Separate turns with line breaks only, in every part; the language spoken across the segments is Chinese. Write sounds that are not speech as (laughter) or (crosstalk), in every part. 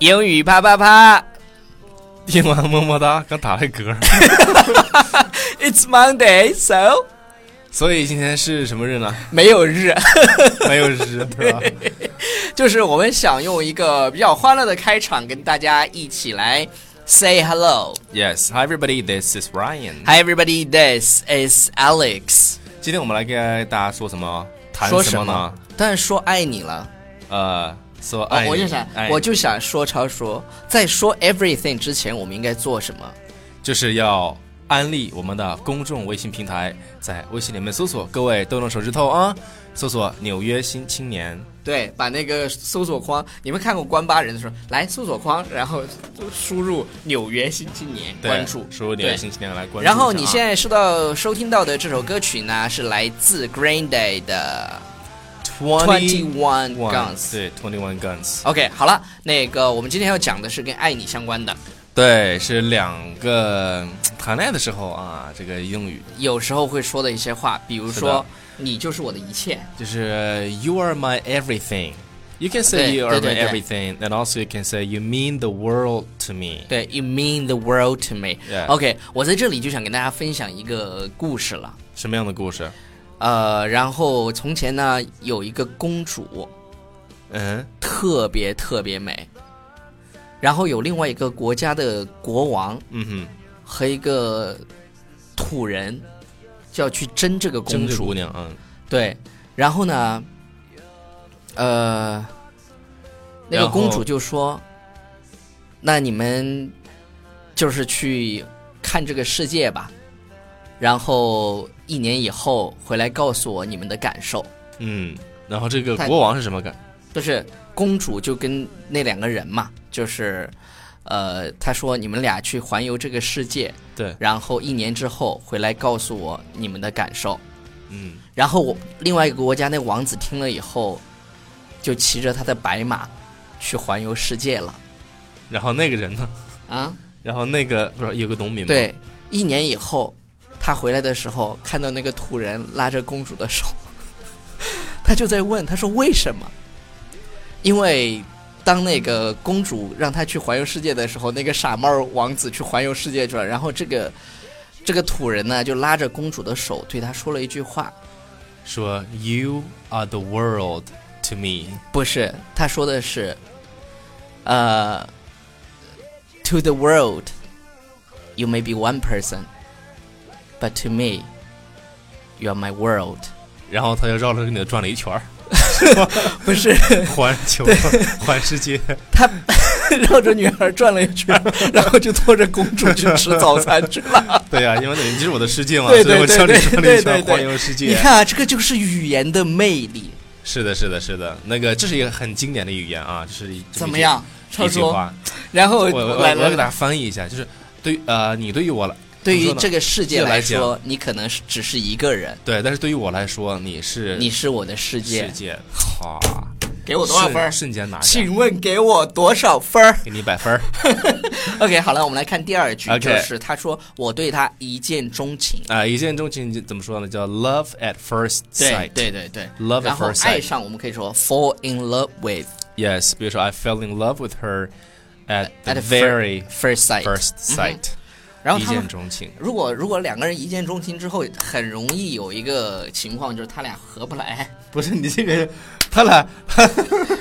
英语啪啪啪
听完么么哒，刚打了嗝。
，It's Monday, so
所以今天是什么日 (laughs) 呢？
没有日， (laughs)
没有日是吧？
就是我们想用一个比较欢乐的开场跟大家一起来 say hello。
(laughs) Yes, hi everybody, this is Ryan.
Hi everybody, this is Alex。
今天我们来跟大家说什么？谈
说
么
什么
呢？？
当然说爱你了。
呃，说
哦
爱，你、
我就想
爱，你
我就想说超说，在说 everything 之前，我们应该做什么？
就是要安利我们的公众微信平台，在微信里面搜索，各位动动手指头啊，搜索“纽约新青年
对，把那个搜索框，你们看过关八人的时候，来搜索框，然后输入“纽约新青年””，
对
关注，
输入“纽约新青年”来关注一下啊。
然后你现在收到收听到的这首歌曲呢，是来自 Green Day 的
twenty
Twenty One
Guns，
Guns。
对 Twenty One Guns，
OK，好了，那个我们今天要讲的是跟爱你相关的，
对，是两个谈恋爱的时候啊，这个英语
有时候会说的一些话，比如
是的
说“你就是我的一切
就是 You are my everything。You can
啊
say
对
you are
对
my
对对
everything, and also you can say you mean the world to me。”，
对，“You mean the world to me”。
Yeah
OK，我在这里就想跟大家分享一个故事了。
什么样的故事？
呃，然后从前呢，有一个公主
嗯，
特别特别美，然后有另外一个国家的国王
嗯
和一个土人，就要去争这个
哼，真
公
是
主
姑。娘，嗯，
对，然后呢，呃，那个
然后
公主就说：“那你们就是去看这个世界吧，然后一年以后回来告诉我你们的感受。”
嗯，然后这个
太
国王是什么感？
就是公主就跟那两个人嘛，就是，呃，她说你们俩去环游这个世界，
对，
然后一年之后回来告诉我你们的感受。
嗯，
然后我另外一个国家那王子听了以后，就骑着他的白马去环游世界了
然后那个人呢？
啊。
然后那个不是有个农民吗？，
对，一年以后他回来的时候，看到那个土人拉着公主的手， (laughs) 他就在问，他说为什么？因为当那个公主让他去环游世界的时候，那个傻帽王子去环游世界去了，然后这个这个土人呢就拉着公主的手对她说了一句话，
说 You are the world to me。
不是，他说的是，呃，To the world, you may be one person, but to me, you are my world。 (laughs)
然后他就绕着你的转了一圈儿，
不是， (laughs)
环球，环世界。
他绕着女孩转了一
(laughs)
圈，然后就拖着公主去吃早餐去
(laughs)
了。
对啊呀、因为你就是我的世界嘛，
对
所以
对
我
对
叫你
对
转了
对
一圈
对对
儿环游世界。
你看啊，这个就是语言的魅力，
是的，是的，是的，那个这是一个很经典的语言啊，就是一
怎么？样？
这么
超
一句一句
叔，
话，
然后
我我
来
我要
来
给
来，
大家翻译一下，就是对呃，你对于我来，
对
怎么
于
说呢
这个世界
这来
来
讲
说，你可能是只是一个人，
对，但是对于我来说，你是
你是我的世
世
界。
界，好，
给我
瞬？瞬间拿下，
请问给我多少分儿
给你一百分儿。
？OK，好了，我们来看第二句
OK
就是他说我对他一见钟情。
啊、一见钟情怎么说呢？叫 love at first
对
sight。
对对对
Love at
然后
first sight
爱上我们可以说 fall in love with
，yes，比如说 I fell in love with her at the Mm-hmm.
at
very
fir- first sight。
first sight，、
然后
一
他
见
们
钟情。
如果如果两个人一见钟情之后，很容易有一个情况就是他俩合不
(laughs)
来，
不是你这个，他俩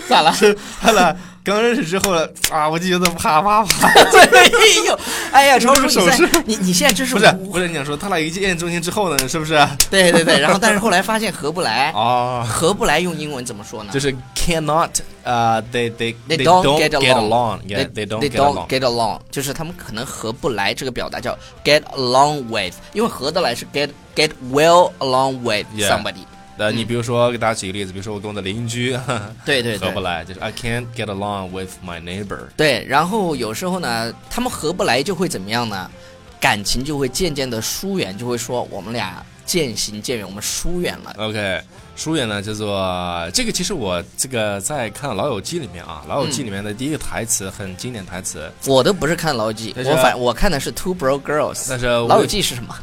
咋了？
他俩刚认识之后了啊，我就觉得啪啪啪。
哎呦，哎呀，超叔，
手
你在
势
你你现在真是
不是
无
不是，你想说他俩一见钟情之后呢，是不是？
对对对，然后但是后来发现合不来，
哦，
合不来用英文怎么说呢
就是 cannot，呃、t h e y they
They don't get
along，yeah,
they
they don't
they
get along，
get along，就是他们可能合不来。这个表达叫 get along with，因为合得来是 get get well along with
Yeah
somebody。
呃，你比如说给大家举个例子，比如说我跟我的邻居合
对对对
不，来，就是 I can't get along with my neighbor。
对。然后有时候呢，他们合不来就会怎么样呢？感情就会渐渐的疏远，就会说我们俩渐行渐远，我们疏远了。
OK，疏远呢叫做这个，其实我这个在看《老友记》里面啊，《老
嗯
友记》里面的第一个台词很经典台词，
我都不是看老友记，
但是
我反我看的是 Two Bro Girls。
但是
老
我
友记是什么？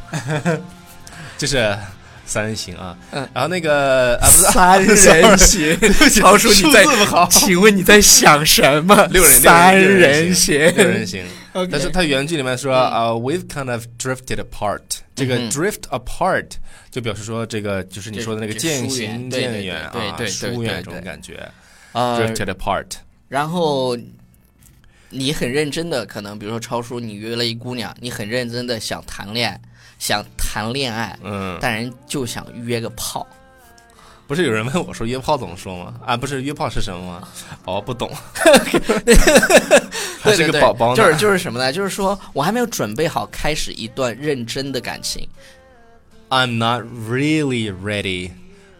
就是 (laughs) 三人行啊，
嗯
然后那个啊不是
(laughs) 三人
(laughs)
行， (laughs) 超叔你在
数字不好，
请问你在想什么？
六人
三
六
人
人
行，
六
(laughs)
人行。
OK
但是它原句里面说啊、w e v e kind of drifted apart。这个
嗯
drift apart 就表示说这个就是你说的那个
就
渐
疏远
行
对对
渐
对
远啊
对对，对
疏
对
远
对
这种感觉。
呃，
drifted apart，
然后你很认真的，可能比如说超叔，你约了一姑娘，你很认真的想谈恋爱，想谈恋爱，
嗯，
但人就想约个炮。
不是有人问我说约炮怎么说吗？啊，不是约炮是什么吗？哦，不懂，
(laughs)
还
对
是
对
个
对，
宝宝呢。
就是就是什么呢？就是说我还没有准备好开始一段认真的感情。
I'm not really ready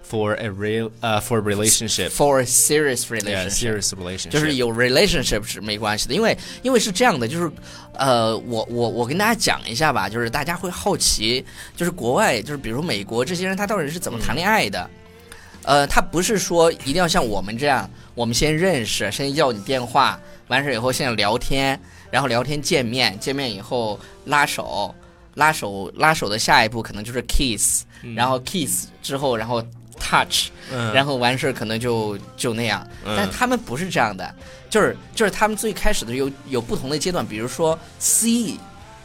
for a real 呃 for a relationship。
For a serious
Yeah,
relationship，、
serious relationship
就是有 relationship 是没关系的，因为因为是这样的，就是呃，我我我跟大家讲一下吧，就是大家会好奇，就是国外，就是比如美国这些人，他到底是怎么谈恋爱的？呃，他不是说一定要像我们这样，我们先认识，先要你电话，完事以后先聊天，然后聊天见面，见面以后拉手，拉手拉手的下一步可能就是 kiss，、然后 kiss 之后，然后 touch，
嗯，
然后完事儿可能就就那样，
嗯
但他们不是这样的，就是就是他们最开始的有有不同的阶段，比如说 see，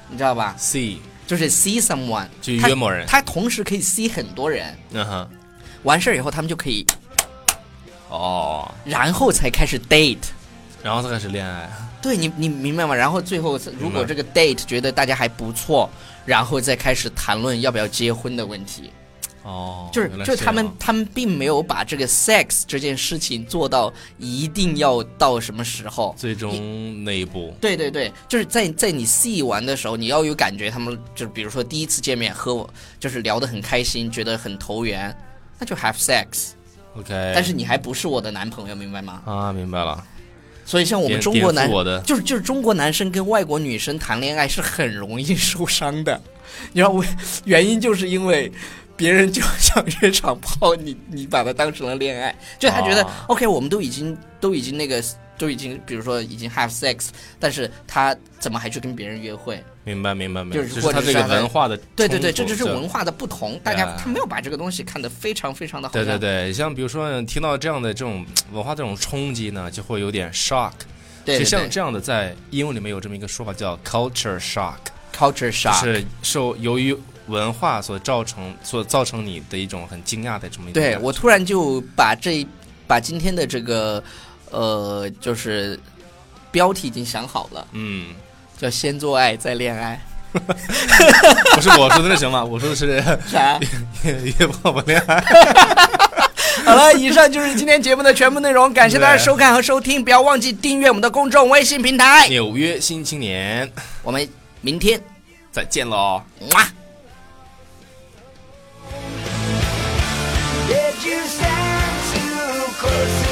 你知道吧？
C
就是 see someone，
就约某人，
他同时可以 see 很多人，
嗯哼，
完事儿以后他们就可以，
哦，
然后才开始 date。
然后才开始恋爱，
对你，你明白吗？然后最后，如果这个 date 觉得大家还不错，然后再开始谈论要不要结婚的问题。
哦，
就是
原来
就是
这
他们
样
他们并没有把这个 sex 这件事情做到一定要到什么时候，
最终那一步，
对对对，就是在在你 see 完的时候，你要有感觉，他们就是比如说第一次见面和我就是聊得很开心，觉得很投缘，那就 have sex，
OK，
但是你还不是我的男朋友，明白吗？
啊，明白了，
所以像我们
颠
中国
颠
男
覆，我的
就是就是中国男生跟外国女生谈恋爱是很容易受伤的，你知道我原因就是因为。别人就 (laughs) 想约场炮，你你把它当成了恋爱，就他觉得、
啊
OK，我们都已经都已经那个都已经，比如说已经 have sex，但是他怎么还去跟别人约会？
明白明白明白，
就是
就是
或者
他
是
这个
他在
文化的，
对对对，这就是文
化。
化的不同，大家
对
他没有把这个东西看得非常非常的好。
对对，对，像比如说听到这样的这种文化这种冲击呢，就会有点 shock。
对
就
对
像
对
这样的，在英文里面有这么一个说法叫 culture shock，
，culture
就
shock，
是受由于文化所造成所造成你的一种很惊讶的这么一种
对
感觉。
我突然就把这把今天的这个呃就是标题已经想好了，
嗯，
叫先做爱再恋爱， (laughs)
不是我说的那什么，我说的是
啥？
(laughs) 约炮不恋爱。
好了，以上就是今天节目的全部内容，感谢大家
对
收看和收听，不要忘记订阅我们的公众微信平台，
纽约新青年，
我们明天，
再见喽。
哇。
Did you stand too close